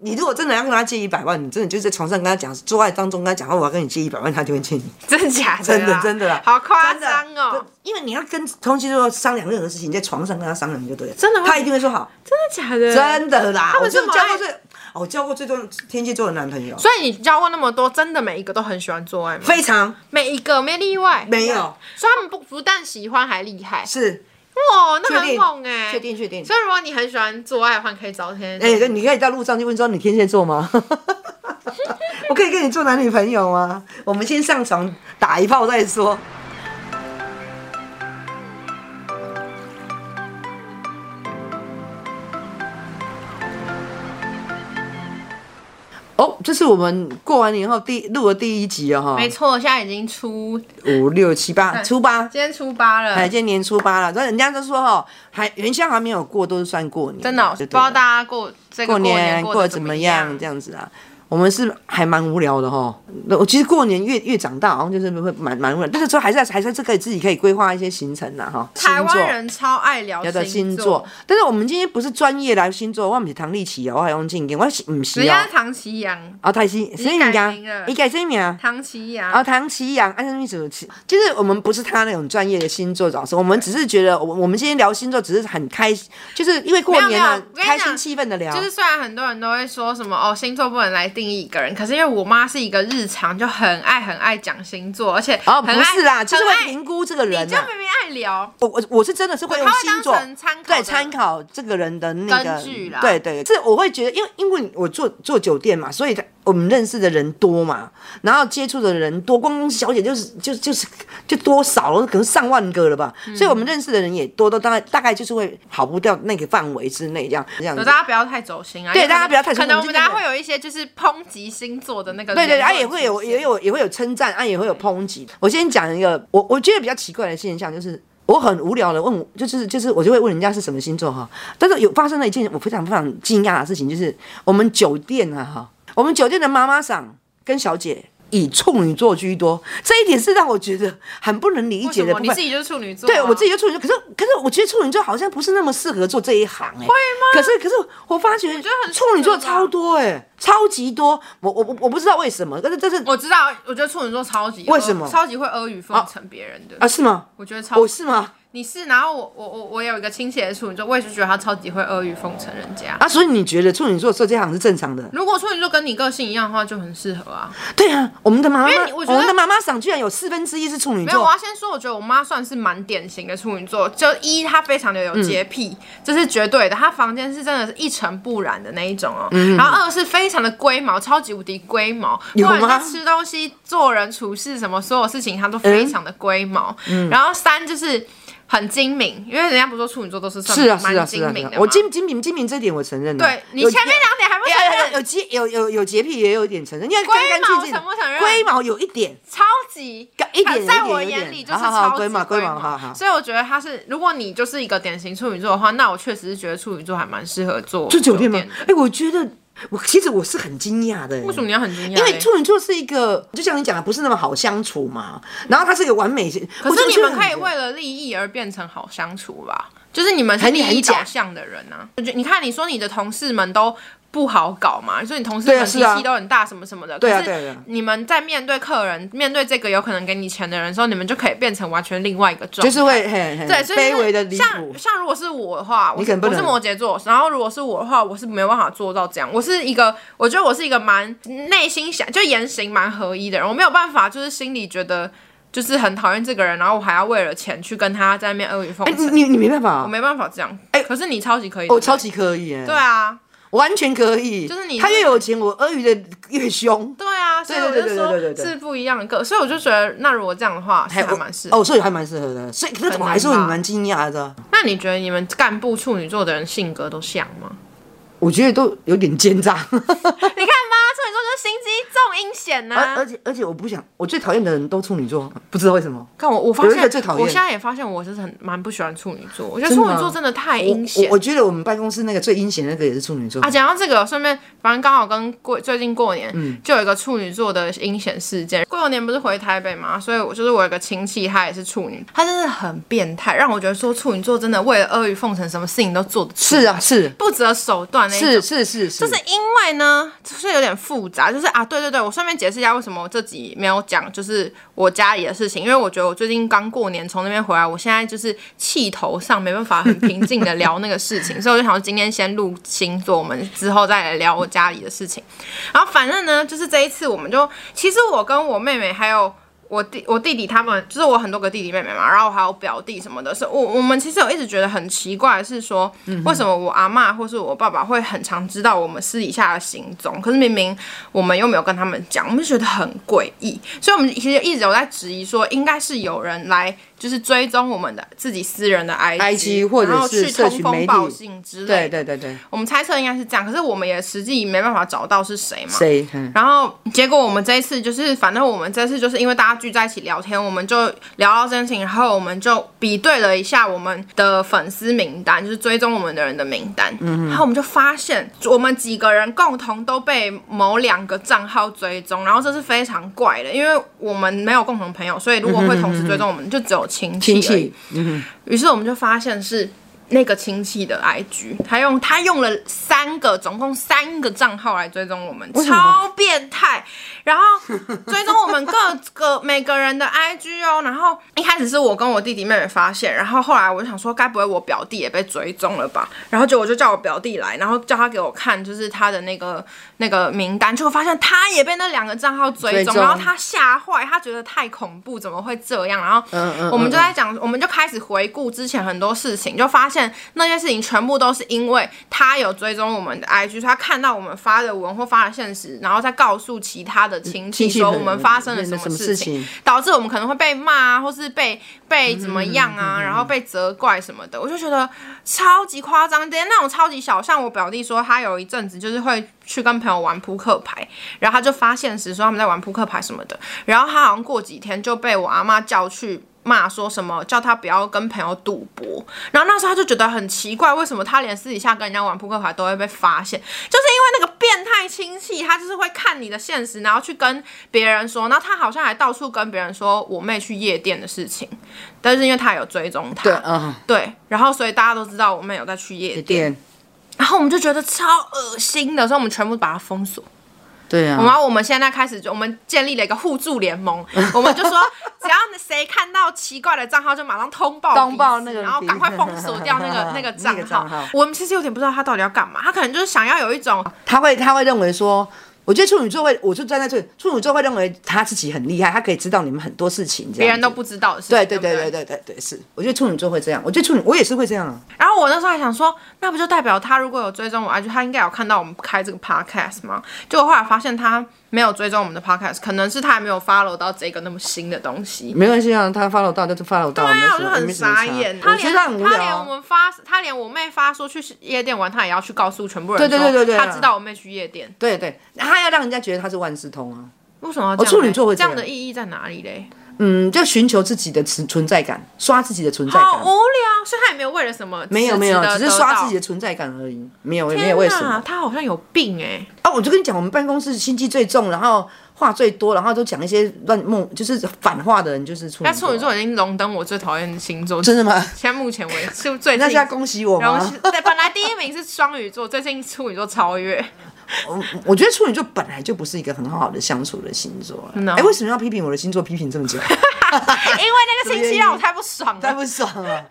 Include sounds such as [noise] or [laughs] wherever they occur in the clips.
你如果真的要跟他借一百万，你真的就在床上跟他讲，做爱当中跟他讲，哦我要跟你借一百万，他就会借你。真的假的？啊真的真的啦好夸张哦！因为你要跟同居之后商量任何事情，在床上跟他商量就对了，真的吗他一定会说好，真的假的？真的啦。他们我就是某交爱过最，哦我交过最多天蝎座的男朋友，所以你交过那么多，真的每一个都很喜欢做爱吗？非常每一个没例外，没有。所以他们不不但喜欢，还厉害。是哇，那确很定猛哎！确定确定。所以如果你很喜欢做爱的话，你可以找天哎、你可以到路上去问说你天蝎座吗？ [laughs] 我可以跟你做男女朋友吗？我们先上床打一炮再说。哦，这是我们过完年后第录的第一集哦，哈没，错，现在已经初五六七嗯八初八，今天初八了，哎，今天年初八了，但人家都说哈，还元宵还没有过，都是算过年，真的哦、不对知对对道大家过这个过年年过得得怎么么样这样样子啊。我们是还蛮无聊的哈，那我其实过年越越长大，好像就是会蛮蛮无聊，但是说还是要还是这个自己可以规划一些行程呐哈。台星座湾人超爱聊有的星座座，，但是我们今天不是专业来星座，我们是唐立奇哦，我还用静音，我是唔是人哦家，是唐奇阳，啊，泰西，谁改名啊名了？你改谁名啊？唐奇阳，啊，唐奇阳，按照意思，就是我们不是他那种专业的星座老师，我们只是觉得，我我们今天聊星座只是很开心，就是因为过没有年没有了我跟，你开讲心气氛的聊，就是虽然很多人都会说什么哦，星座不能来定义一个人，可是因为我妈是一个日常就很爱很爱讲星座，而且哦，很不爱是啦，就是很爱会评估这个你人就啊。明明爱聊，我我我是真的是会用他会星当座成参考对的参考这个人的那个根据啦对对，这我会觉得，因为因为我做做酒店嘛，所以我们认识的人多嘛，然后接触的人多，光小姐就是就就是就多少了，可能上万个了吧，嗯所以我们认识的人也多，都大概大概就是会跑不掉那个范围之内，这样这样子大。家不要太走心啊，对因为可能大家不要太走心可能我们我们就大这家样会有一些就是抨击星座的那个对言论出对，现，啊也会有也有也会有称赞，啊也会有抨击。我先讲一个，我我觉得比较奇怪的现象就是。我很无聊的问我，就是就是我就会问人家是什么星座哈，但是有发生了一件我非常非常惊讶的事情，就是我们酒店啊哈，我们酒店的妈妈桑跟小姐以处女座居多，这一点是让我觉得很不能理为解什的么部你分自。己就是处女座、啊对我自己。己就处女座，可是可是我觉得处女座好像不是那么适合做这一行哎、会吗？可是可是我发觉觉得很适处女座合吧超多哎、超级多，我我我我不知道为什么，但是这是我知道，我觉得处女座超级为什么超级会阿谀奉承别人的、啊是吗？我觉得超我是吗？你是，然后我我我我有一个亲戚也是处女座，我也是觉得他超级会阿谀奉承人家。啊，所以你觉得处女座做这行是正常的？如果处女座跟你个性一样的话，就很适合啊。对啊，我们的妈妈，因为你我觉我得们的妈妈赏居然有四分之一是处女没有，我啊座，要先说，我觉得我妈算是蛮典型的处女座，就一她非常的有洁癖，嗯这是绝对的，她房间是真的是一尘不染的那一种哦。然后二是非常的龟毛，超级无敌龟毛，不嗯有吗管是吃东西、做人处事什么，所有事情她都非常的龟毛。嗯然后三就是。很精明，因为人家不是说处女座都是算是啊是蛮啊是精啊，是明啊的嘛我精精明精明这一点我哎承认了。对你有前面两点还不有承有认，有洁有有有洁癖也有一点承认，因为干干净净的啊龟毛承不承认龟毛有一点，超级呃一点在有一我点有一眼点里就是好好好超级龟毛龟龟毛好好所以我觉得他是，如果你就是一个典型处女座的话，那我确实是觉得处女座还蛮适合做住酒店吗的？哎、我觉得我其实我是很惊讶的、欸为什么你要很惊讶嘞？欸因为处女座是一个，就像你讲的，不是那么好相处嘛。然后他是一个完美型，可我是就你觉得们很可以为了利益而变成好相处吧？就是你们是很利益很假导向的人啊。我觉得你看，你说你的同事们都。不好搞嘛，所以你同事对啊们是脾啊气都很大，什么什么的。对啊可对是啊你们在面对客人、面对这个有可能给你钱的人的时候，你们就可以变成完全另外一个状就态。是会很很对，所以卑就是微的离谱像。像如果是我的话，我你是可能不我是能摩羯座，然后如果是我的话，我是没办法做到这样。我是一个，我觉得我是一个蛮内心想就言行蛮合一的人，我没有办法，就是心里觉得就是很讨厌这个人，然后我还要为了钱去跟他在那边阿谀奉哎、承，你你没办法、我没办法这样。哎、可是你超级可以，我超级可以哎、对啊，完全可以。就是你他越有钱，我鳄鱼的越凶。对啊，所以我对对就对对对说对是不一样的个，所以我就觉得那如果这样的话，是还蛮适合。哦，所以还蛮适合的。所以，可是很我难还是会吧蛮惊讶的。那你觉得你们干部处女 [laughs] 座的人性格都像吗？ [laughs] 我觉得都有点奸诈。你看吧，处女座就是心机重阴险啊而呐而。且而且我不想，我最讨厌的人都处女座，不知道为什么。看我，我发有一现个最讨厌我现在也发现我是很蛮不喜欢处女座，我觉得真的处吗女座真的太我阴我险我觉得我们办公室那个最阴险的那个也是处女座啊！，讲到这个，顺便反正刚好跟过最近过年，嗯就有一个处女座的阴险事件。过年不是回台北嘛，所以我就是我有一个亲戚，他也是处女，他真的很变态，让我觉得说处女座真的为了阿谀奉承，什么事情都做得出来是啊是不择手段那欸一种。是啊是是是，哎就是因为呢，就是有点复杂，就是啊，对对对，我顺便解释一下为什么我这集没有讲就是我家里的事情，因为我觉得我最近刚过年从那边回来，我现在就是气头上没办法很平静的聊那个事情， [laughs] 所以我就想说今天先录星座，我们之后再来聊我家里的事情。然后反正呢，就是这一次我们就，其实我跟我妹妹还有。我弟、我弟弟他们，就是我很多个弟弟妹妹嘛，然后我还有表弟什么的，是我我们其实有一直觉得很奇怪，是说、嗯为什么我阿嬷或是我爸爸会很常知道我们私底下的行踪，可是明明我们又没有跟他们讲，我们就觉得很诡异，所以我们其实一直有在质疑说，应该是有人来就是追踪我们的自己私人的 IG，, IG 或者然后是去社通群媒风体报信之类对的，对对对，我们猜测应该是这样，可是我们也实际没办法找到是谁嘛，谁？嗯然呃后结果我们这一次就是，反正我们这次就是因为大家聚在一起聊天，我们就聊到这件事情，然后我们就比对了一下我们的粉丝名单，就是追踪我们的人的名单，嗯然后我们就发现我们几个人共同都被某两个账号追踪，然后这是非常怪的，因为我们没有共同朋友，所以如果会同时追踪我们，就只有亲戚而嗯亲已。戚，于是我们就发现是那个亲戚的 IG，他用他用了三个，总共三个账号来追踪我们，什么超变态。然后追踪我们各个 [laughs] 每个人的 IG 哦。然后一开始是我跟我弟弟妹妹发现，然后后来我就想说，该不会我表弟也被追踪了吧？然后就我就叫我表弟来，然后叫他给我看，就是他的那个那个名单，结果发现他也被那两个账号追追踪，踪然后他吓坏，他觉得太恐怖，怎么会这样？然后嗯嗯我们嗯就在讲，我们就开始回顾之前很多事情，就发现那些事情全部都是因为他有追踪我们的 IG，所以他看到我们发的文或发的现实，然后再告诉其他的亲戚嗯亲戚说朋我们友发生了那什什么么事事情啊情，导致我们可能会被骂啊，或是被被怎么样啊，然后被责怪什么的。我就觉得超级夸张，连那种超级小，像我表弟说，他有一阵子就是会去跟朋友玩扑克牌，然后他就发现时说他们在玩扑克牌什么的，然后他好像过几天就被我阿妈叫去。骂说什么叫他不要跟朋友赌博，然后那时候他就觉得很奇怪，为什么他连私底下跟人家玩扑克牌都会被发现？就是因为那个变态亲戚，他就是会看你的现实，然后去跟别人说，然后他好像还到处跟别人说我妹去夜店的事情，但是因为他有追踪他，对嗯，对然后所以大家都知道我妹有在去夜店，店，然后我们就觉得超恶心的，所以我们全部把它封锁。对然啊，后我们现在开始就，我们建立了一个互助 [laughs] 联盟，我们就说，只要谁看到奇怪的账号，就马上通报彼此，通报那个然后赶快封锁掉那 [laughs] 个那个账那个账号号。啊我们其实有点不知道他到底要干嘛，他可能就是想要有一种他会他会认为说。我觉得处女座会，我就站在这里，处女座会认为他自己很厉害，他可以知道你们很多事情，这样别人子都不知道的事情。对对对不对对对对对是，我觉得处女座会这样，我觉得处女我也是会这样啊，然后我那时候还想说，那不就代表他如果有追踪我 IG，他应该有看到我们开这个 podcast 吗？结果后来发现他没有追踪我们的 podcast，可能是他还没有 follow 到这个那么新的东西。没关系啊，他 follow 到就是 follow 到，对没啊，我什就么很没什么傻差眼。他我觉连得他很无他聊连我啊。们发，他连我妹发说去夜店玩，他也要去告诉全部人对说，对对对对啊他知道我妹去夜店。对对，他要让人家觉得他是万事通啊，为什么要这样嘞？处女座会这这样样的意义在哪里嘞？嗯，就寻求自己的存存在感，刷自己的存在好感哦无，聊，所以他也没有为了什么，没有没有，只是刷自己己。的存在感而已，没有也天没有为哪什么他好像有病哎！啊？我就跟你讲，我们办公室心机最重，然后话最多，然后都讲一些乱梦，就是反话的人就是处女那座。处女座已经荣登我最讨厌的星座，真的吗？现在目前为止是最那近是要恭喜我然吗后是？对，本来第一名是双鱼座，最近处女座超越。我觉得处女座本来就不是一个很好的相处的星座啊。哎、的哦为什么要批评我的星座？批评这么久， [laughs] 因为那个星期让我太不爽太了。不爽了。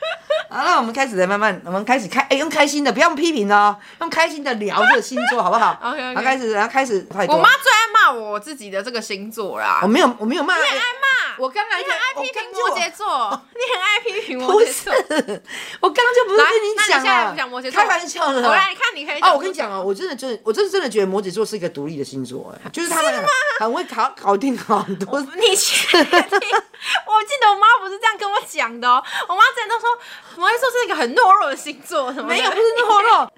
好，那我们开始来慢慢，我们开始开，哎、用开心的，不要用批评的哦，用开心的聊这个星 [laughs] 座，好不好 OK，OK 好，开始，然后开始，快我多妈。最爱骂我自己的这个星座啦我。没有，我没有骂。你很爱骂，我刚才你很爱批评摩羯座，你很爱批评摩不羯座。是， [laughs] 我刚刚就不是来跟那你讲现在了，不讲摩羯座开玩笑的。我来看，你可以哦，我跟你讲哦，我真的真的，我真的真的觉得摩羯座是一个独立的星座， [laughs] 哎，就是他们很会搞搞定很多出，你确定？我记得我妈不是这样跟我讲的哦。我妈之前都说摩羯座是一个很懦弱的星座，什么 [laughs] 的没有，不是懦弱，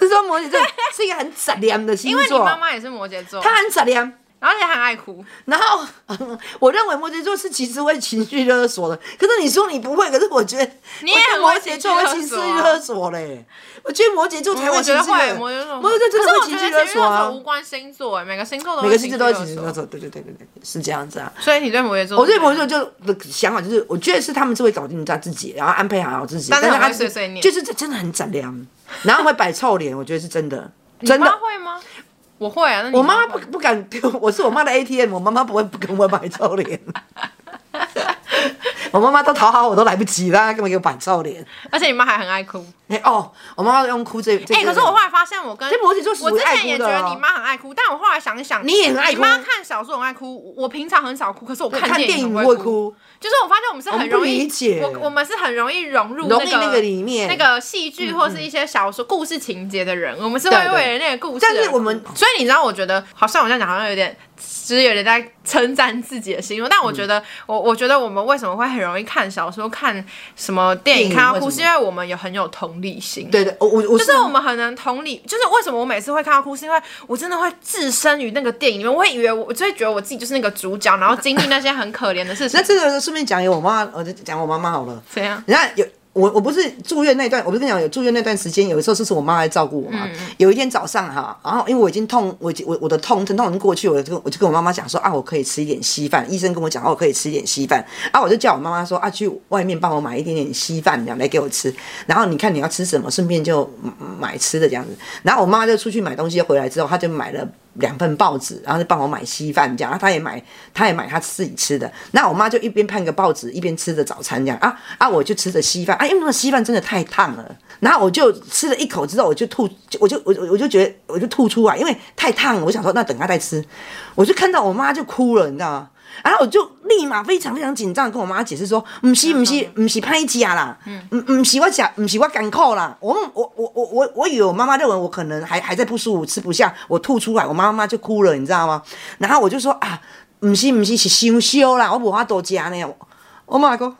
是说摩羯座是一个很杂念的星因为你座妈，妈也是摩羯座，他很杂念，然后而且还很爱哭，然后、嗯我认为摩羯座是其实会情绪勒索的，可是你说你不会，可是我觉得你也很我会觉得摩羯情绪座会情绪勒索啊勒索嘞。我觉得摩羯座才我会觉情得绪勒会，索，摩羯座，摩羯座真的可会是我情觉绪得勒索啊无，关星座哎，每个星座都每个星座都会情情绪勒勒索。索，对对对对对，是这样子啊。所以你对摩羯座，我对摩羯座就的想法就是，我觉得是他们是会搞定他自己，然后安排好自己，但但是是很他会碎碎念就是这真的很善良，然后会摆臭脸，我觉得是真的， [laughs] 你真的妈。会吗？我会啊，那你我妈妈会不不敢丢，我是我妈的 ATM，我妈妈不会不跟我摆臭脸。 [laughs] 我妈妈都讨好我都来不及啦，根本给我摆臭脸。而且你妈还很爱哭。哎、哦，我妈妈用哭这这哎、个可是我后来发现，我跟这摩羯座是我属于之爱前哭也的觉得哦你妈很爱哭，但我后来想一想，你也很爱你妈哭啊看小说很爱哭，我平常很少哭，可是我看电电影很会哭。哭，就是我发现我们是我很们不容易理解我我们是很容易融入容易那那个里面嗯那个戏剧或是一些小说故事情节的人，我们是会对对为了那个故事而但哭。是我们所以你知道，我觉得好像我这样讲好像有点，其实有点在称赞自己的心但我觉嗯得，我我觉得我们为什么会很容易看小说、看什么电影、电影看到为哭，什是么因为我们有很有同理心。对对，我我我就是我们很能同理，就是为什么我每次会看到哭，是因为我真的会置身于那个电影里面，我会以为我，我就会觉得我自己就是那个主角，然后经历那些很可怜的事情那。这个顺便讲一个我妈，我就讲我妈妈好了。怎样？你看有我，我不是住院那段，我不是跟你讲有住院那段时间，有的时候就是我妈来照顾我嘛。有一天早上哈、然后因为我已经痛，我已经我我的痛疼痛已经过去，我就跟我就跟我妈妈讲说啊，我可以吃一点稀饭。医生跟我讲，哦，我可以吃一点稀饭。啊，我就叫我妈妈说啊，去外面帮我买一点点稀饭，这样来给我吃。然后你看你要吃什么，顺便就嗯买吃的这样子。然后我妈就出去买东西，回来之后她就买了。两份报纸，然后就帮我买稀饭这样，然啊后她也买，她也买她自己吃的。那我妈就一边看个报纸，一边吃着早餐这样啊啊，我就吃着稀饭啊，因为那个稀饭真的太烫了，然后我就吃了一口之后，我就吐，就我就我我我就觉得我就吐出来，因为太烫了。我想说那等她再吃，我就看到我妈就哭了，你知道吗？然后我就立马非常非常紧张，跟我妈解释说，唔是唔是唔是拍假啦，唔唔是我假，唔是我干扣啦。我我我我我我以为我妈妈认为我可能还还在不舒服，吃不下，我吐出来，我妈妈就哭了，你知道吗？然后我就说啊，唔是唔是是伤烧啦，我无法度食呢。我妈讲，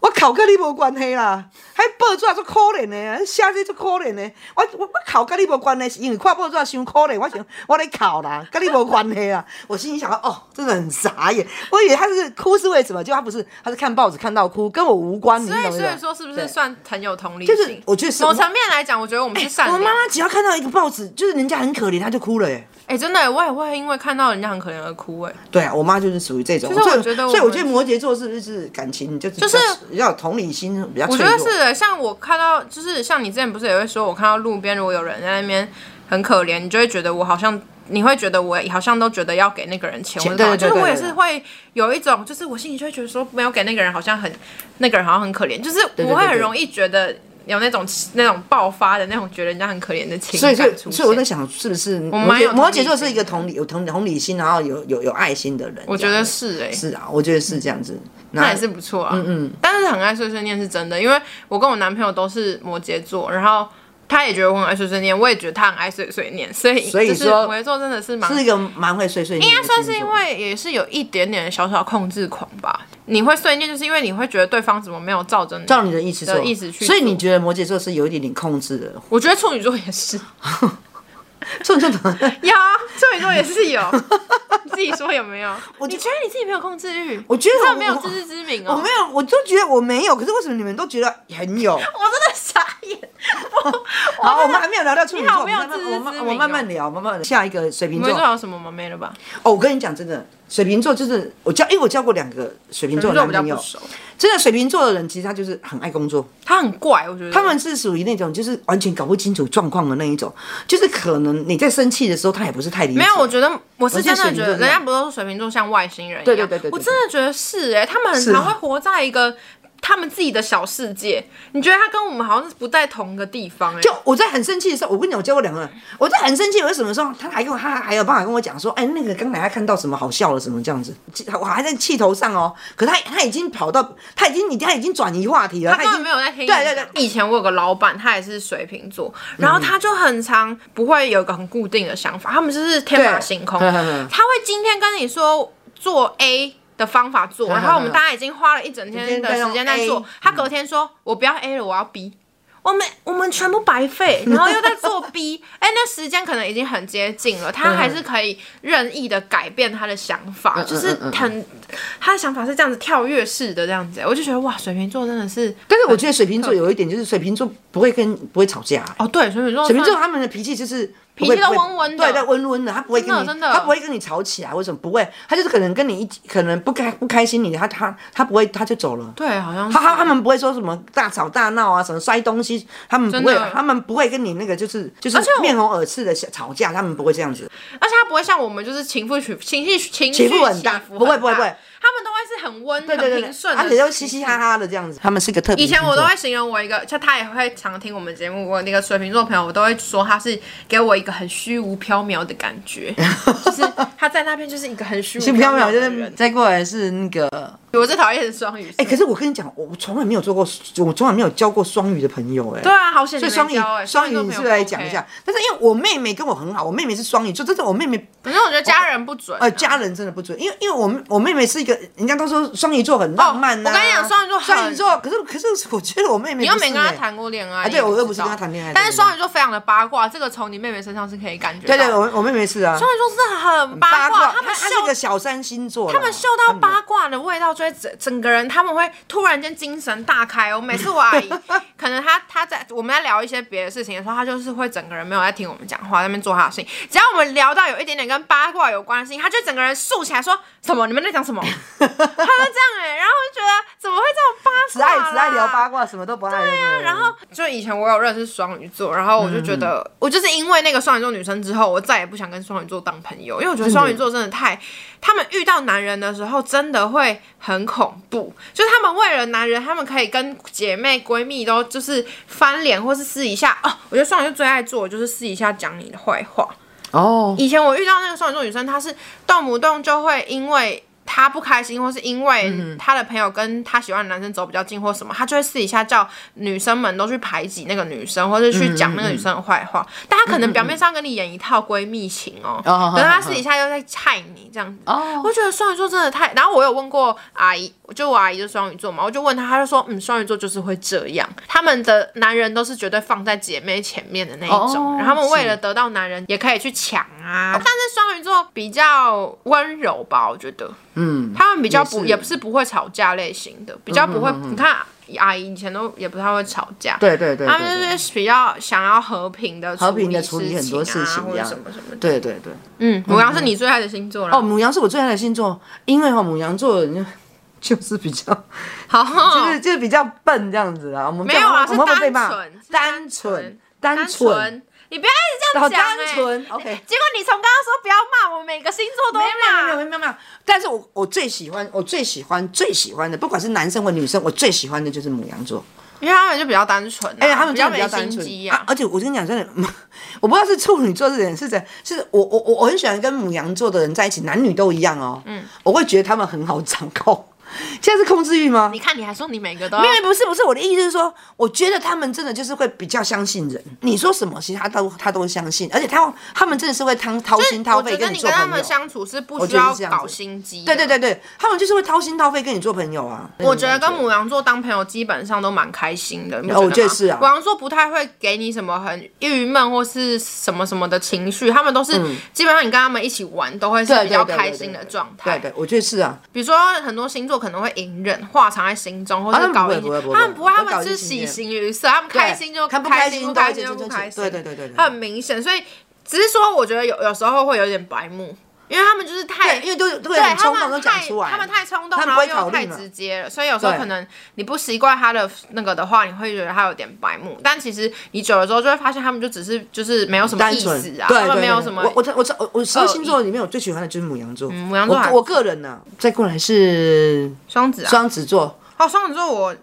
我哭跟你无关系啦，还报纸足可怜的，写这足可怜的。我我我哭跟你无关系，是因为看报纸伤可怜，我想我咧哭啦，跟你无关系啦。我心里想到，哦，真的很傻眼，我以为他是哭是为什么，就他不是，他是看报纸看到哭，跟我无关，你所懂以不所懂以？说，是不是对算很有同理就心？是我觉得是某我层面来讲，我觉得我们是善哎我良。妈妈只要看到一个报纸，就是人家很可怜，她就哭了耶。哎、真的，我也会因为看到人家很可怜而哭。哎，对啊，我妈就是属于这种，其实我所以觉得我所以我们觉得摩羯座是不是感情就是比就是较比较有同理心，比较我脆觉弱。得是的。像我看到，就是像你之前不是也会说，我看到路边如果有人在那边很可怜，你就会觉得我好像，你会觉得我好像都觉得要给那个人钱。钱我知道对对就是对我也对是对会有一种，就是我心里就会觉得说，没有给那个人好像很，那个人好像很可怜，就是对我会很对容易觉得有那种那种爆发的那种觉得人家很可怜的情所以，感所以，出所以我在现。想，是不是摩们蛮有羯摩同理羯座心是一个同理、有同同理心，然后有有有爱心的人？我我觉得是哎、是啊，我觉得是这样子。那那也是不错啊。嗯嗯，但是很爱碎碎念是真的，因为我跟我男朋友都是摩羯座，然后他也觉得我很爱碎碎念，我也觉得他很爱碎碎念，所以所以就是说摩羯座真的是蛮。是一个蛮会碎碎念的应星该座，算是因为也是有一点点小小控制狂吧。你会碎念，就是因为你会觉得对方怎么没有照着你。照你的意思做，的意思去所以做你觉得摩羯座是有一点点控制的，我觉得处女座 [laughs] 也是，这种就 [laughs] 有啊，处女座也是 [laughs] 有。你自己说有没有？我你就觉得你自己没有控制欲？我觉得你真的我没有自知之明我哦没。有，我就觉得我没有。可是为什么你们都觉得很有？我真的傻眼。好，我们还没有聊到处女你好座，我没有们慢慢自知我慢之我明慢哦慢聊，慢慢聊下一个水瓶摩羯座座。有什么吗？没了吧？哦，我跟你讲，真的，水瓶座就是我交，因为我交过两个水瓶摩座羯座的我比较男朋不友，熟。真的水瓶座的人其实他就是很爱工作。他很怪，我觉得他们是属于那种就是完全搞不清楚状况的那一种，就是可能你在生气的时候，他也不是太理解。没有，我觉得我是我觉真得水的瓶觉座得，这人样家不都说水瓶座像外星人一样？对对对对对我真的觉得是哎、他们很是啊常会活在一个他们自己的小世界。你觉得他跟我们好像是不在同一个地方哎、就我在很生气的时候，我跟你讲，我教过两个人，我在很生气，我在什么时候，他还跟我，他还有办法跟我讲说，哎，那个刚才他看到什么好笑了，什么这样子，我还在气头上哦，可他他已经跑到，他已经你他已经转移话题了，他他根已经本没有在听你对讲。嗯对对。以前我有个老板，他也是水瓶座，然后他就很常不会有一个很固定的想法，他们就是天马对行空。呵呵呵他会今天跟你说做 A 的方法做，然后我们大家已经花了一整天的时间在嗯今天在做用 A，他隔天说我不要 A 了，我要 B。我们我们全部白费，然后又在作弊。哎、那时间可能已经很接近了，他还是可以任意的改变他的想法，就是嗯很他的想法是这样子跳跃式的这样子。我就觉得哇，水瓶座真的是，但是我觉得水瓶座有一点就是水瓶座不会跟不会吵架、啊哦对，水瓶座水瓶座算他们的脾气就是脾气都温温的对对，温温的，他不会跟真的你，真的他不会跟你吵起来，为什么不会？他就是可能跟你一起，可能不开不开心你，他他他不会，他就走了。对，好像是他他他们不会说什么大吵大闹啊，什么摔东西，他们不会真的，他们不会跟你那个就是就是而且我面红耳赤的吵架，他们不会这样子。而且他不会像我们就是情绪起情绪情起绪伏很大起伏不会不会不会他们都会是很温对对很对平顺对，的，而且都嘻嘻哈。哈的这样子。他们是个特别以星座。前我都会形容我一个，像他也会常听我们节目，我那个水瓶座朋友，我都会说他是给我一个很虚无缥缈的感 [laughs] 觉，就是他在那边就是一个很虚无轻飘渺，缥就的是人。再过来是那个我最讨厌的是双鱼座，哎、可是我跟你讲，我我从来没有做过，我从来没有交过双鱼的朋友、哎。对啊，好险你所以没双鱼交哎，，双鱼座你是朋友不是来讲一 OK 下？？但是因为我妹妹跟我很好，我妹妹是双鱼座，真的我妹妹可是我觉得家人不准啊，呃家人真的不准，因为因为我妹我妹妹是一个，人家都说双鱼座很浪漫呐、哦我跟你讲双鱼座很双鱼座，可是可是我觉得我妹妹你又不是没跟他哎谈过恋爱，啊对你我又知不是道跟他谈恋爱但是对双鱼座非常的八卦，这个从你妹妹身上是可以感觉到对的。对，我我妹妹是啊，双鱼座是很八卦，他她们她是个嗅小三星座啦，他们嗅到八卦的味道，就会整整个人他们会突然间精神大开哦。每次我 [laughs] 阿姨可能她她在我们在聊一些别的事情的时候，她就是会整个人没有在听我们讲话，在那边做她的事情。只要我们聊到有一点点跟八卦有关的事情，她就整个人竖起来说什么你们在讲什 [laughs] 么，她就这样哎、然后我就觉得怎么会这只种八爱卦啦只爱聊八卦，什么都不爱。对啊，然后就以前我有认识双鱼座，然后我就觉得、我就是因为那个双鱼座女生之后，我再也不想跟双鱼座当朋友，因为我觉得双鱼座真的太，他们遇到男人的时候真的会很恐怖，就是他们为了男人，他们可以跟姐妹闺蜜都就是翻脸，或是私底下哦，我觉得双鱼座最爱做的就是私底下讲你的坏话，哦，以前我遇到那个双鱼座女生，她是动不动就会因为她不开心，或是因为她的朋友跟她喜欢的男生走比较近或什么，她就会私底下叫女生们都去排挤那个女生，或是去讲那个女生的坏话。但她可能表面上跟你演一套闺蜜情哦，哦可是好她好私底下又在害你这样子。哦我觉得双鱼座真的太……然后我有问过阿姨，就我阿姨就是双鱼座嘛，我就问她，她就说，嗯，双鱼座就是会这样，他们的男人都是绝对放在姐妹前面的那一种，哦然后他们为了得到男人也可以去抢啊。但是双鱼座比较温柔吧，我觉得，嗯，他们比较也不是嗯也不是不会吵架类型的，比较不会。你看阿姨以前都也不太会吵架，对对对，他对对们就是比较想要和平的和平的处理理很多事情啊，这或者样什么什么的。对对对。嗯，我要是你最爱的星座了，哦，母羊是我最爱的星座，因为哈、母羊座的人就就是比较，好，就是就是比较笨这样子啦。我们嗯没有啊，我是们会不会被单骂纯，是单纯纯，，单单，纯。你不要一直这好样讲、欸，单纯。OK。结果你从刚刚说不要骂我，每个星座都没有没有骂没。有没有没有，但是我我最喜欢我最喜欢最喜欢的，不管是男生或女生，我最喜欢的就是母羊座，因为他们就比较单纯、啊，哎、他们比较真的没比较单心纯机、啊而且我跟你讲真的， [laughs] 我不知道是处女座的人是怎，是我我我我很喜欢跟母羊座的人在嗯一起，男女都一样哦，嗯，我会觉得他们很好掌控。现在是控制欲吗？你看，你还说你每个都要没有，不是不是，我的意思是说，我觉得他们真的就是会比较相信人。你说什么，其实他都他都会相信，而且他他们真的是会掏掏就是心掏我肺觉得跟你做跟他朋们友。相处是不我需觉得要是这样子搞心机。对对。对对，他们就是会掏心掏肺跟你做朋友啊。我觉得跟那种母羊座当朋友基本上都蛮开心的，你不哦我觉觉得得吗是啊母羊座不太会给你什么很郁闷或是什么什么的情绪，他们都是基本上你跟他们一起玩都会是嗯对比较对对对开对心的对状态。感觉对对，我觉得是啊。比如说很多星座可能会隐忍，话藏在心中，或啊他者们搞不一会不会不会他们不会，不他会们搞是一些喜形于色，他们开心就他不开开心，心不大开家心就就不就开心，对对对对对很明显，所以只是说我觉得有有时候会有点白目，因为他们就是太对，因为都都对很他冲动们都太讲出来，他们太冲动，他然们后不又会考太虑嘛直接了，所以有时候对可能你不习惯他的那个的话，你会觉得他有点白目。但其实你久了之后就会发现，他们就只是就是没有什么单意纯思啊，对他们对没有对什么嗯我。我我我我十二星座里面，我最喜欢的就是母羊座。母羊座还我我个人呢、再过来是双子啊，双子座，哦，双子座我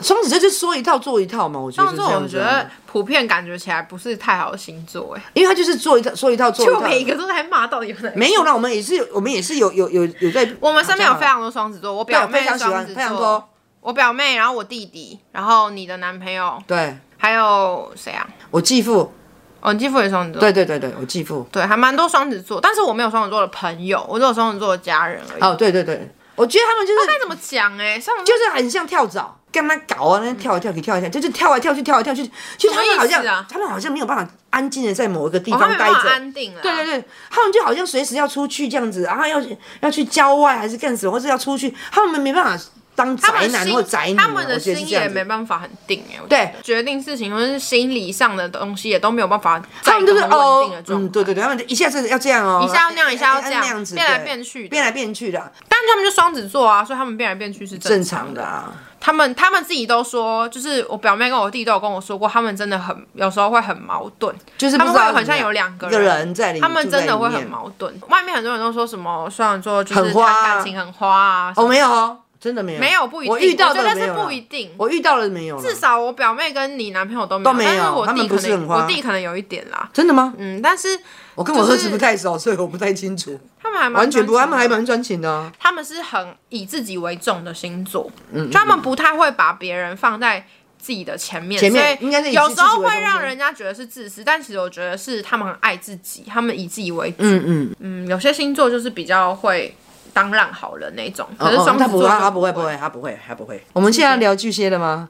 双子座就是说一套做一套嘛，我觉得双是子这座我样觉子啊得普遍感觉起来不是太好的星座哎，因为他就是做一套说一套做一就套，每一个都在骂，到底有哪一个没有啦，我们也是有，我们也是有有有有在，我们身边有非常多双子座，我对啊表妹非常喜双欢子非常座多，我表妹，然后我弟弟，然后你的男朋友，对还有谁啊？我继父，哦，你继父也双子座，对对对对，我继父，对，还蛮多双子座，但是我没有双子座的朋友，我只哦有双子座的家人而已。哦对对对，我觉得他们就是该怎么讲哎、欸？双子座就是很像跳蚤，干嘛搞啊？那跳来跳去，跳来跳去，就是跳来跳去，跳来跳去。其实他们好什么意像，思啊他们好像没有办法安静的在某一个地哦方他没待办着。法安定啊了。对对对，他们就好像随时要出去这样子，然后要要去郊外还是干什么，或是要出去，他们没办法当他们宅男心或宅女啊，他们的我觉得是心这样也子没办法很定哎，我觉对得决定事情或者是心理上的东西也都没有办法在他一们就个是很稳定哦的，状态。嗯，对对对，他们就一下子要这样哦，哎一下要那样一下要这样那样子变来对变去的变来变去的，啊但他们就双子座啊，所以他们变来变去是正常常的。啊。他们他们自己都说，就是我表妹跟我弟都有跟我说过，他们真的很有时候会很矛盾，就是不知他们道会很像有两个一个人在里面，他们真的会住在里面。很矛盾。外面很多人都说什么双子座就是很花啊谈感情很花啊，哦，没有哦，真的没有，没有不一定，我遇到的觉得没是有啦不一定。我遇到了没有啦？至少我表妹跟你男朋友都没都没有但是我他弟们不可是能很花我弟可能有一点啦，真的吗？嗯，但是我跟我就儿是子不太熟，所以我不太清楚，他们还蛮完全不，他专们情的还蛮专情的啊。他们是很以自己为重的星座，嗯就他们不太会把别人放在自己的前面，前面所以应该是以有自时己候为会中让心人家觉得是自私，但其实我觉得是他们很爱自己，他们以自己为主。嗯嗯，嗯，有些星座就是比较会当烂好人那种，可哦是哦双子他不座会，就他不会，不会，他不会，他不会。我们现在聊巨蟹的吗？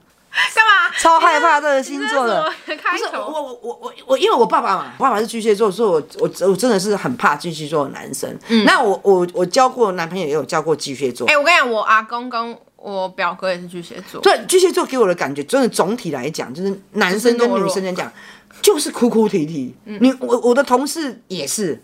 干嘛？超害怕这个星座 [laughs] 的。这是什么开不是我头。我我我我，因为我爸爸嘛，我爸爸是巨蟹座，所以我我我真的是很怕巨蟹座的男生。那我我我交过男朋友，也有交过巨蟹座。嗯哎、我跟你讲，我阿公跟我表哥也是巨蟹座，对巨蟹座给我的感觉，真的总体来讲，就是男生跟女生来讲，就是哭哭啼啼。嗯你我我的同事也是，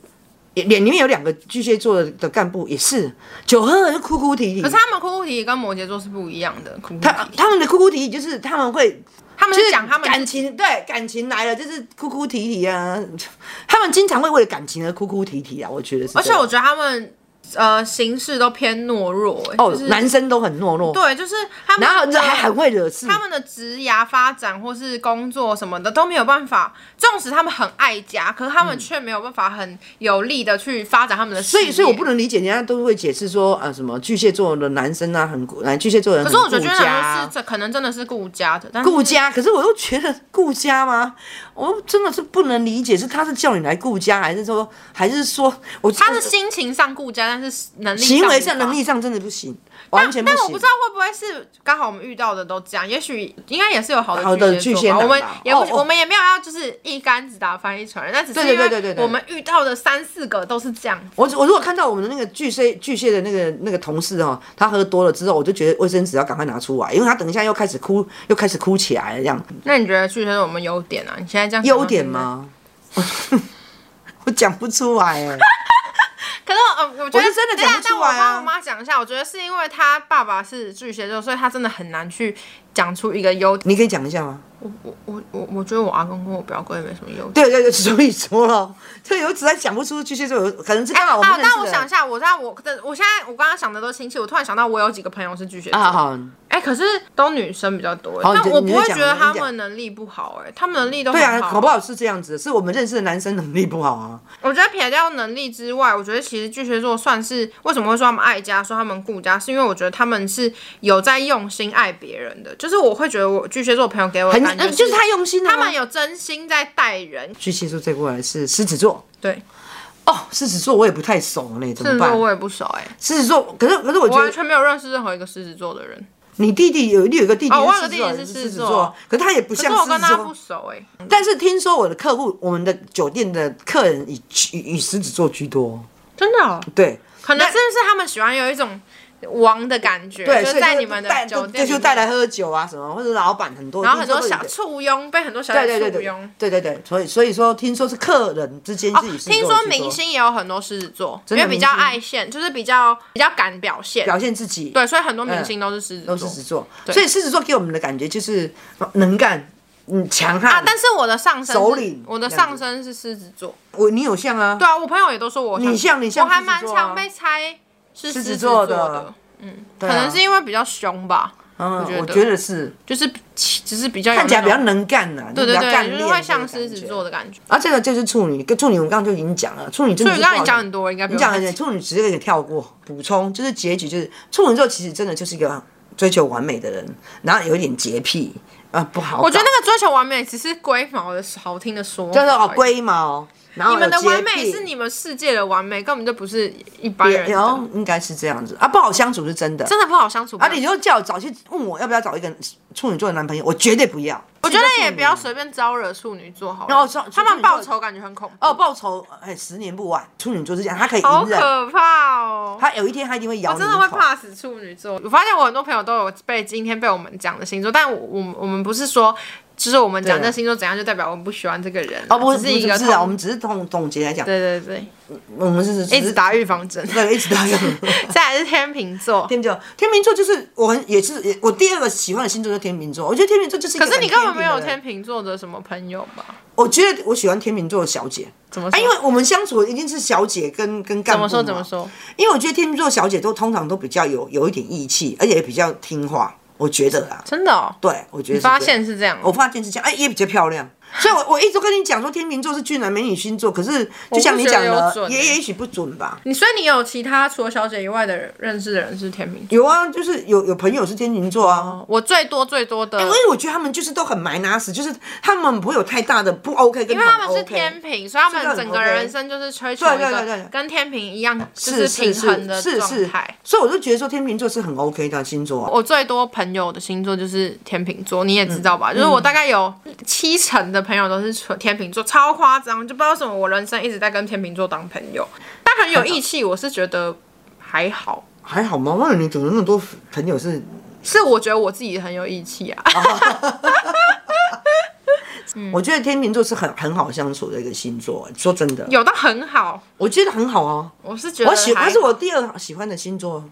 也里面有两个巨蟹座的的干部也是，酒喝了就呃哭哭啼啼可。是他们哭哭啼啼跟摩羯座是不一样的，哭哭啼他啼，他们的哭哭啼啼就是他们会他们就是是讲他们感情，对感情来了就是哭哭啼啼啊，他们经常会为了感情而哭哭啼啼啊，我觉得是这而样。且我觉得他们呃行事都偏懦弱、欸，哦就，是男生都很懦弱，对，就是他们然后的呃还很会惹事，他们的职涯发展或是工作什么的都没有办法，纵使他们很爱家，可是他们却没有办法很有力的去发展他们的事所业。以所以我不能理解，人家都会解释说啊什么巨蟹座的男生啊很顾，啊巨蟹座的人可很是我顾觉家得这男啊人。是可能真的是顾家的，但是顾家，可是我又觉得顾家吗？我真的是不能理解，是他是叫你来顾家，还是说，还是说我他是我心情上顾家，但是能力行为无上法能力上真的不行，完全但我行。不知道会不会是刚好我们遇到的都这样，也许应该也是有好的好的巨巨蟹蟹座吧。男吧我们也不、哦哦我们也没有要就是一竿子打翻一船人，那只是对对因为对对对对我们遇到的三四个都是这样子。我我如果看到我们的那个巨蟹巨蟹的那个那个同事哦，他喝多了之后，我就觉得卫生纸要赶快拿出来，因为他等一下又开始哭，又开始哭起来了这样。那你觉得巨蟹座有没有优点啊？你现在这样想到优点现在？吗？ [laughs] 我讲不出来哎、可是我、呃、我觉得我是真的讲不等一下出来啊但我帮我妈讲一下，我觉得是因为她爸爸是巨蟹座，所以她真的很难去讲出一个优点。你可以讲一下吗？我我我我我觉得我阿公跟我表哥也没什么优点。对对对，所以说咯，这有实在讲不出巨蟹座有，可能是刚好我啊们认识的但我想一下，我在我的我现在我刚刚想的都亲戚，我突然想到我有几个朋友是巨蟹座，啊，好，哎、可是都女生比较多，欸好但你就我不会你就讲觉你得就他讲们能力不好、哎，他们能力都对啊很，好搞不好是这样子，是我们认识的男生能力不好啊。我觉得撇掉能力之外，我觉得其实巨蟹座算是为什么会说他们爱家，说他们顾家，是因为我觉得他们是有在用心爱别人的，就是我会觉得我巨蟹座朋友给我的很，感觉呃就是他用心的他吗。们有真心在待人，巨蟹座再过来是狮子座对，哦，狮子座我也不太熟呢，怎狮子么座办？我也不熟哎、狮子座，可是可是我我觉完得全没有认识任何一个狮子座的人，你弟弟有你有一个弟弟哦我是有狮个子弟座，弟是狮子狮子座座，可是他也不可是像我狮跟子他不座。嗯熟哎、但是听说我的客户，我们的酒店的客人以以以狮子座居多，真的、哦，对。可能是不是他们喜欢有一种王的感觉，对，就所是以在就你们的带酒店对，里面就带来喝酒啊什么，或者老板很多，然后很多听说小会簇拥，被很多小小对对对簇对拥。对对对，所以所以说，听说是客人之间哦自己，是听做说居多明星也有很多狮子座，因真的为比较明星爱现，就是比较比较敢表现。表现自己对，所以很多明星都是狮子都是座狮子座，所以狮子座给我们的感觉就是呃能干，嗯，强啊悍。。但是我的上身首是领我的这样上身是狮子座。我你有像啊，对啊，我朋友也都说我像你像你像我还狮子蛮座啊常被猜是狮狮子子座座的的，可啊能是因为比较凶吧，嗯，觉得我觉得是就是只是比较有看起来那比较种能干呐，对就对比较干对，练就是的会感觉像狮子座。的感觉。啊，这个就是处女，跟处女我们刚刚就已经讲了，处女真所的是以我不好的。刚刚你讲很多，应该不你用讲再的处女直接给你跳过，补充就是结局就是处女座其实真的就是一个追求完美的人，然后有一点洁癖，啊，不好搞。我觉得那个追求完美只是龟毛的好听的说法，就是哦，龟毛，然后你们的有洁完美癖是你们世界的完美，根本就不是一般人也然后的，哦应该是这样子啊，不好相处是真的。真的不好相处。啊，你就叫我早去问我要不要找一个处女座的男朋友，我绝对不要。我觉得也不要处女随便招惹处女座好了，然后处他处们女座报仇感觉很恐怖，哦，报仇哎，十年不晚。处女座是这样，他可以好隐忍，可怕哦。他有一天他一定会咬你我一真口。的会怕死处女座。我发现我很多朋友都有被今天被我们讲的星座，但我我们我们不是说，就是我们讲对啊这星座怎样就代表我们不喜欢这个人啊哦，不是只不是一是不个是啊，通我们只是总总结来讲，对对对，我们是一直打预防针。对一直打一个。 [laughs] 再来是天秤座，天秤座，天秤座就是我很也是也我第二个喜欢的星座就是天秤座，我觉得天秤座就是一个可是你很根本平没的有人天秤座的什么朋友吧？我觉得我喜欢天秤座的小姐，怎么啊，说？因为我们相处一定是小姐跟跟干怎部么说嘛怎么？说？因为我觉得天秤座小姐都通常都比较有有一点义气，而且也比较听话，我觉得啦。真的哦，对，我觉得是发这样现是这样。我发现是这样，哎，也比较漂亮。所以我，我一直都跟你讲说，天秤座是俊男美女星座，可是就像你讲我的不觉得有，准欸也也许不准吧。你所以你有其他除了小姐以外的人认识的人是天秤座？有啊，就是有有朋友是天秤座啊，哦我最多最多的，因为哎我觉得他们就是都很埋拿死，就是他们不会有太大的不 OK 跟因为他们很是 OK 天平，所以他这个很们整个 OK 人生就是追求对一对对对个对跟天平一样，就是平衡的是是状是态。，所以我就觉得说天秤座是很 OK 的星座啊、我最多朋友的星座就是天秤座，你也知道嗯吧？就是我大概有七成的朋友都是纯天秤座，超夸张，就不知道为什么我人生一直在跟天秤座当朋友，但很有义气，我是觉得还好，还好吗？那你怎么那么多朋友是？是我觉得我自己很有义气啊。嗯我觉得天秤座是很很好相处的一个星座，啊说真的，有的很好，我觉得很好啊。我是觉得我喜还欢是我第二喜欢的星座，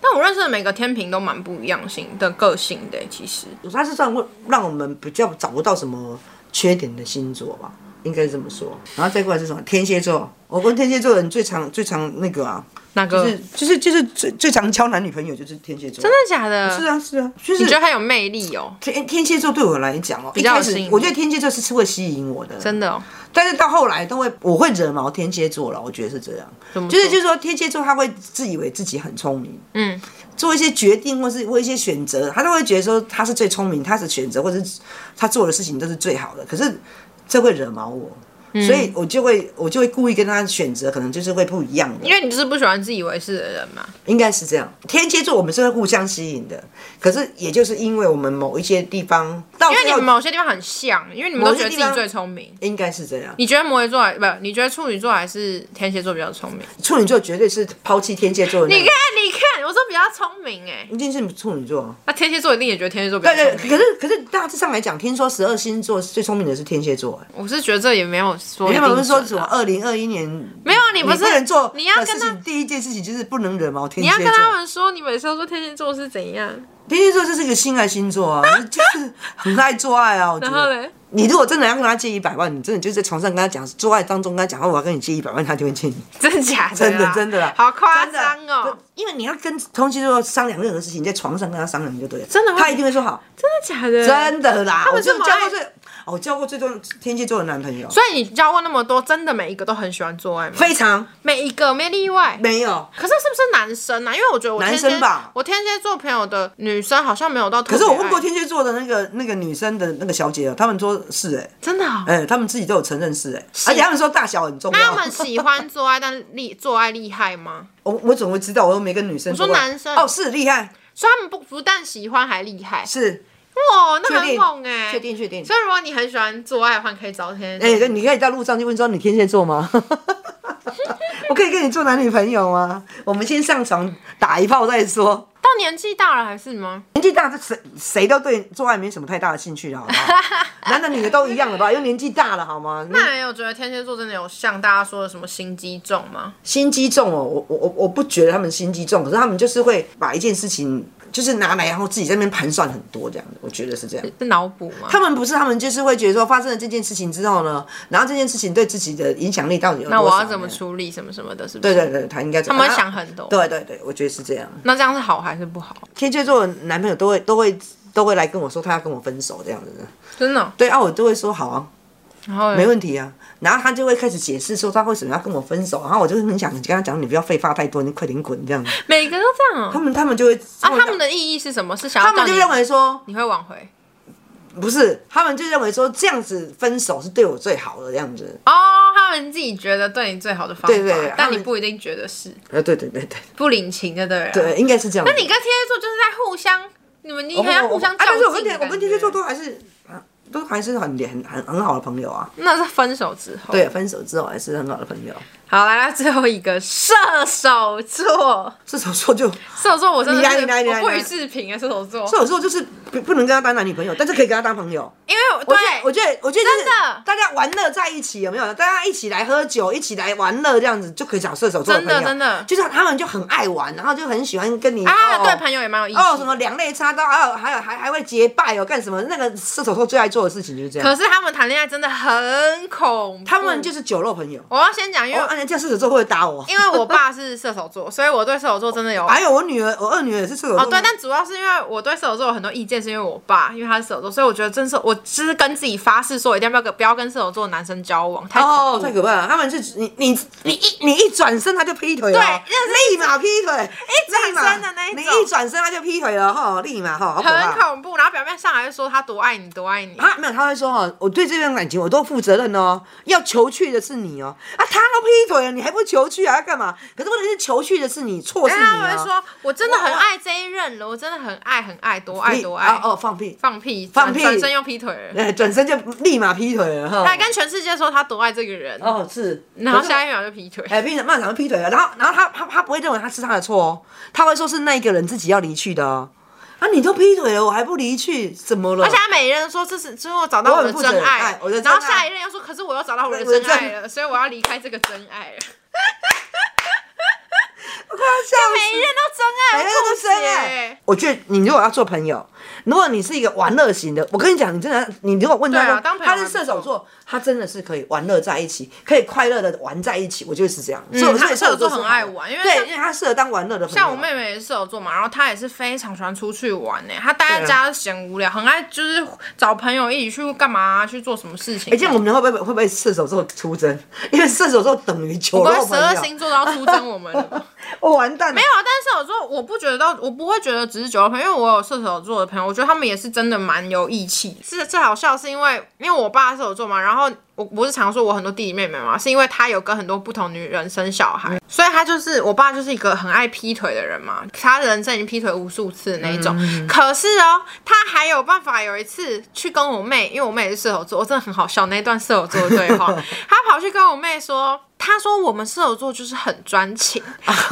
但我认识的每个天平都蛮不一样性的个性的，欸其实它是算会让我们比较找不到什么缺点的星座吧，应该这么说。然后再过来是什么？天蝎座，我跟天蝎座的人最常最常那个啊，那个就真是就是就是最最常交男女朋友就是天蝎座。真呃的假的？是啊是啊，就你觉是得他有魅力哦，天天蝎座对我来讲哦，一较有开吸始引我力觉得天蝎座是是会吸引我的，真的哦，但是到后来都会，我会惹毛天蝎座了，我觉得是这样。怎么就是说就是说，天蝎座他会自以为自己很聪明，嗯，做一些决定或是或一些选择，他都会觉得说他是最聪明，他的选择或者是他做的事情都是最好的。可是这会惹毛我，嗯所以我就会我就会故意跟他选择，可能就是会不一样的因。为你就是不喜欢自以为是的人嘛。应该是这样，天蝎座我们是会互相吸引的，可是也就是因为我们某一些地方到因为最你后们某些地方很像，因为你们都觉得自己最聪明。应该是这样，你觉得摩羯座还不？你觉得处女座还是天蝎座比较聪明？处女座绝对是抛弃天蝎座的那你个，看，你看，我说比较聪明哎，一定是处女座啊。那天蝎座一定也觉得天蝎座比较对对，聪明。可是可是大致上来讲，听说十二星座最聪明的是天蝎座。我是觉得这也没有说一原定准啊，本不是说什么二零二一年没有，你你不是能做你要的跟事他，情，第一件事情就是不能惹毛天你蝎要座跟。他们说，你每次都说天蝎座是怎样，天蝎座就是一个性爱星座啊， [laughs] 就是很爱做爱啊。我觉然后得嘞，你如果真的要跟他借一百万，你真的就在床上跟他讲做爱当中跟他讲，哦我要跟你借一百万，他就会借你。真假的？真的真的啦，好夸真的张哦！！因为你要跟同星座商量任何事情，你在床上跟他商量就对了，真的会他一定会说好，真的假的？真的啦。他我们就是某交爱过最，哦我交过最多天蝎座的男朋友，所以你交过那么多，真的每一个都很喜欢做爱吗？非常每一个没例外。没有。可是是不是男生啊？因为我觉得我天蝎男生吧我天蝎座朋友的女生好像没有到特别可爱。是我问过天蝎座的那个那个女生的那个小姐哦，他们说是哎、真的哦、哎、他们自己都有承认是哎、而且他们说大小很重要。那他们喜欢做爱，但厉做爱厉害吗？我我怎么会知道？我又没跟女生说过男生哦，是厉害，所以他们不不但喜欢，还厉害。是哇，那确很定猛哎、确定确定所以如果你很喜欢做爱的话，你可以找天蝎哎、座。你可以到路上去问说你天蝎座吗？ [laughs] 我可以跟你做男女朋友吗？我们先上床打一炮再说。到年纪大了还是吗？年纪大，这谁谁都对做爱没什么太大的兴趣了，好不好？男的女的都一样了吧？又年纪大了，好吗？那你有觉得天蝎座真的有像大家说的什么心机重吗？心机重哦，我我我我不觉得他们心机重，可是他们就是会把一件事情就是拿来，然后自己在那边盘算很多这样的，我觉得是这样。是脑补吗？他们不是，他们就是会觉得说发生了这件事情之后呢，然后这件事情对自己的影响力到底有多那少？我要怎么？处理什么什么的，是不对是？对对，他应该他他们会想很多。对对对，我觉得是这样。那这样是好还是不好？天蝎座的男朋友都会都会都会来跟我说他要跟我分手这样子的，真的哦、对啊，我都会说好啊，然后呢没问题啊。然后他就会开始解释说他为什么要跟我分手，然后我就很想跟他讲，你不要废话太多，你快点滚这 [laughs] 样子。每个都这样哦、他们他们就会啊，他们的意义是什么？是想他要们叫就你认为说，你会挽回，不是，他们就认为说这样子分手是对我最好的这样子。哦，他们自己觉得对你最好的方法，对对他但们你不一定觉得是呃，对对对对不领情的，对了。对，应该是这样。那你跟天蝎座就是在互相，你们你我好像互相啊，较但劲是我跟的天感觉我跟天蝎座都还是啊都还是很很很很好的朋友啊。那是分手之后。对，，分手之后还是很好的朋友。好，来到最后一个射手 [laughs] 座，射手座就射射手座我真的你来你来你是来我不你予来置评啊，射手座，手座就是不不能跟他当男女朋友，但是可以跟他当朋友。因为我我对觉得，我觉得，我觉得就是真的大家玩乐在一起有没有？大家一起来喝酒，一起来玩乐，这样子就可以找射手座朋友。真的真的就是他们就很爱玩，然后就很喜欢跟你啊，哦对朋友也蛮有意思的哦，什么两肋插刀，哦还有还有还还会结拜哦，干什么？那个射手座最爱做的事情就是这样。可是他们谈恋爱真的很恐怖。他们就是酒肉朋友。我要先讲，因哦，为、啊，这样射手座会不会打我。因为我爸是射手座，所以我对射手座真的有。还有我女儿，我二女儿也是射手座。哦，对，但主要是因为我对射手座有很多意见，是因为我爸，因为他是射手座，所以我觉得真是我就是跟自己发誓说，一定要不要跟不要跟射手座的男生交往，太恐怖哦，太可怕了！他们是你你你一你一转身他就劈腿了，对那立马劈腿，一转身的那一种你一转身他就劈腿了啊哈，立马哈，好可很怕。恐怖。然后表面上还会说他多爱你，多爱你。他没有，他会说哈，我对这段感情我都负责任哦，要求去的是你哦，啊，他都劈腿了，你还不求去啊？要干嘛？可是问题是求去的是你，错是然你后他啊。会说，我真的很哇爱这一任了，我真的很爱，很爱，多爱你多啊爱。哦，放屁， [laughs] 放屁，放转屁哦转身又劈腿了。哎，转身就立马劈腿了哈他。还跟全世界说他多爱这个人，哦，是，然后可是我下一秒就劈腿。哎，劈腿，漫长劈腿了，然后，然后他他他不会认为他是他的错哦，他会说是那一个人自己要离去的哦。啊，你都劈腿了，我还不离去，怎么了？而且他每一任都说这是，最后找到我我很的负责真任哎爱，我的真然爱后下一任又说，可是我又找到我的真爱了，所以我要离开这个真爱 [laughs] 了。每一任都真哎爱，每个人都真爱。我觉得你如果要做朋友，如果你是一个玩乐型的，我跟你讲，你真的，你如果问他对啊说当朋友他还是不错射手座，他真的是可以玩乐在一起，可以快乐的玩在一起，我觉得是这样。嗯所以我嗯他射射手座座是很好的爱玩因为对，像因为他适合当玩乐的朋友。像我妹妹也是射手座嘛，然后她也是非常喜欢出去玩呢、欸她待在家嫌无聊，很爱就是找朋友一起去干嘛、去做什么事情。哎，这样我们会不会会不会射手座出征？因为射手座等于酒不肉会十朋二友，星座都要出征我们了吧。我完蛋了没。有，啊但是我说我不觉得到，我不会觉得只是酒肉朋友，因为我有射手座的朋友，我觉得他们也是真的蛮有义气。是最好笑是因为因为我爸是射手座嘛，然后我不是常说我很多弟弟妹妹嘛，是因为他有跟很多不同女人生小孩，所以他就是我爸就是一个很爱劈腿的人嘛，他人生已经劈腿无数次的那一种。可是哦，他还有办法有一次去跟我妹，因为我妹也是射手座，我真的很好笑那一段射手座的对话，他跑去跟我妹说。他说：“我们射手座就是很专情，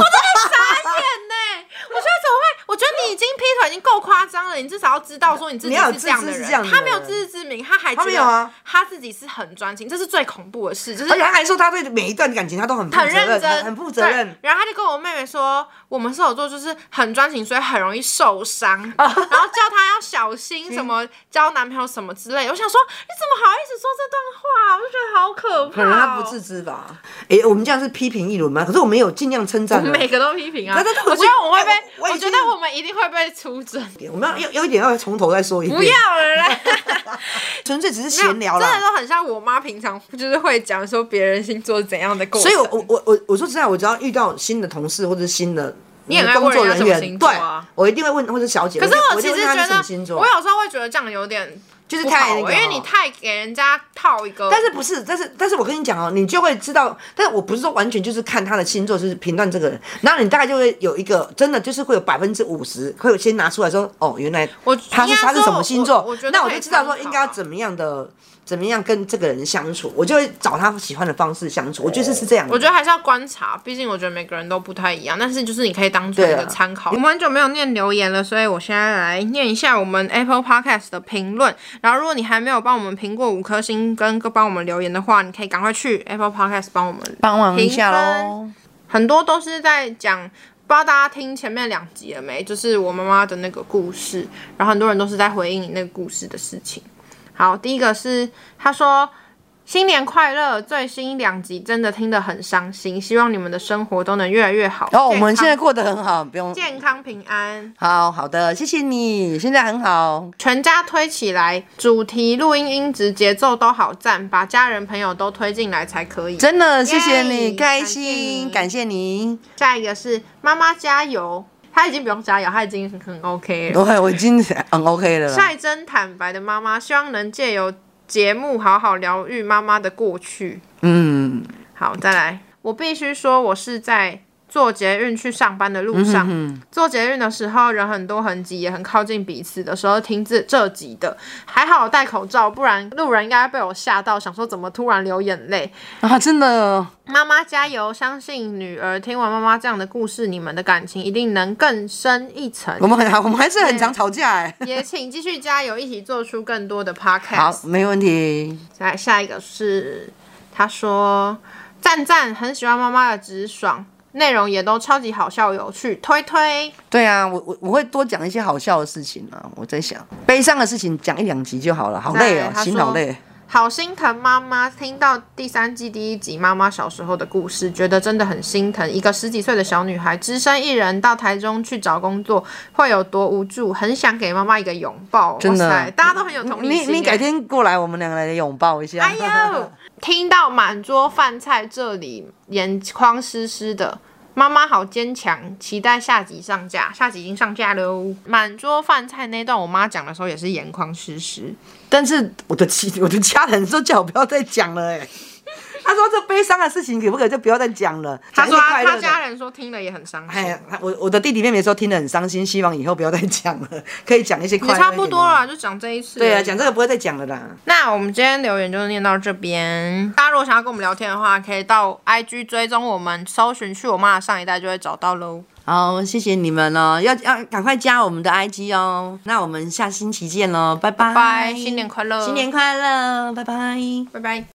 傻眼呢、我觉得怎么会？我觉得你已经劈腿已经够夸张了，你至少要知道说你自己你要有是这样的自知人。之明他没有自知之明，他还觉他没有啊得他自己是很专情，这是最恐怖的事，就 [laughs] 是而且他还说他对每一段感情他都很负责很任认真，很负责任对。。然后他就跟我妹妹说，我们射手座就是很专情，所以很容易 [laughs] 受伤，然后叫她要小心什么交男朋友什么之类的。我想说，你怎么好意思说这段话？我就觉得好可怕、可哦。能他不自知吧。哎、我们这样是批评一轮吗？可是我们有尽量称赞我的们。每个都批评啊！对对对我觉得我会被，我我已我觉得经我们一定会被出征。我们要有有一点要从头再说一遍，不要了啦， [laughs] 纯粹只是闲聊哎真的啦。都很像我妈平常就是会讲说别人星座是怎样的过所程。以我，我我我我说实在，我只要遇到新的同事或者新的你很爱工问作人人家什么员，星座对啊，我一定会问或者小姐。可是我我其实觉觉得得，星座我，有时候会觉得这样有点就是不太好那个因为哦你太给人家套一个，但是不是？但是但是我跟你讲哦，你就会知道。但是我不是说完全就是看他的星座，就是评断这个人，然后你大概就会有一个真的就是会有百分之五十会有先拿出来说，哦，原来我他是应该他是说什么星座我我觉，得那我可就以知道参说考啊应该要怎么样的，怎么样跟这个人相处，我就会找他喜欢的方式相处。我觉得是这样的。我觉得还是要观察，毕竟我觉得每个人都不太一样。但是就是你可以当做一对个啊参考。我们很久没有念留言了，所以我现在来念一下我们 Apple Podcast 的评论。然后如果你还没有帮我们评过五颗星跟帮我们留言的话，你可以赶快去 Apple Podcast 帮我们帮忙一下咯。很多都是在讲，不知道大家听前面两集了没？就是我妈妈的那个故事，然后很多人都是在回应你那个故事的事情。好，第一个是他说。新年快乐！最新两集真的听得很伤心，希望你们的生活都能越来越好。然后哦我们健康现在过得很好，不用健康平安，好好的，谢谢你，现在很好。全家推起来，主题、录音、音质、节奏都好赞，把家人朋友都推进来才可以。真的，谢谢你，耶开感谢心，你感谢你。下一个是妈妈加油，他已经不用加油，他已经很很 OK 了。我我已经很 OK 了啦。赛真坦白的妈妈，希望能借由节目好好疗愈妈妈的过去。嗯，好，再来，我必须说，我是在坐捷运去上班的路上，坐捷运的时候人很多很挤，也很靠近彼此的时候听这这集的，还好我戴口罩，不然路人应该被我吓到，想说怎么突然流眼泪。 [laughs] 啊，真的，妈妈加油！相信女儿听完妈妈这样的故事，你们的感情一定能更深一层。我们很 [laughs] 我们还是很常吵架哎、也请继续加油，一起做出更多的 podcast。 [laughs] 好， [laughs] 没问题。来下一个是，他说赞赞很喜欢妈妈的直爽，内容也都超级好笑有趣，推推。对啊，我我我会多讲一些好笑的事情啊。我在想，悲伤的事情讲一两集就好了，好累对哦，他心说好累。好心疼妈妈，听到第三季第一集妈妈小时候的故事，觉得真的很心疼。一个十几岁的小女孩，只身一人到台中去找工作，会有多无助？很想给妈妈一个拥抱。真的哇塞大家都很有同理你心。你改哎天过来，我们两个来拥抱一下。哎呦，听到满桌饭菜，这里眼眶湿湿的。妈妈好坚强，期待下集上架。下集已经上架喽。满桌饭菜那段，我妈讲的时候也是眼眶湿湿。 [laughs] 但是我的妻我的家人都叫我不要再讲了哎、 [laughs] 他说这悲伤的事情可不可以就不要再讲了？她说讲她一些快她乐的家人说听了也很伤哎心呀。，我我的弟弟妹妹说听得很伤心，希望以后不要再讲了，可以讲一些快也乐。差不多。了，就讲这一次。对啊，讲这个不会再讲了啦。那我们今天留言就念到这边。大家如果想要跟我们聊天的话，可以到 IG 追踪我们，搜寻“去我妈的上一代”就会找到喽。好，谢谢你们哦，要要赶快加我们的 IG 哦。那我们下星期见喽，拜拜。拜，新年快乐！新年快乐，拜拜。拜拜。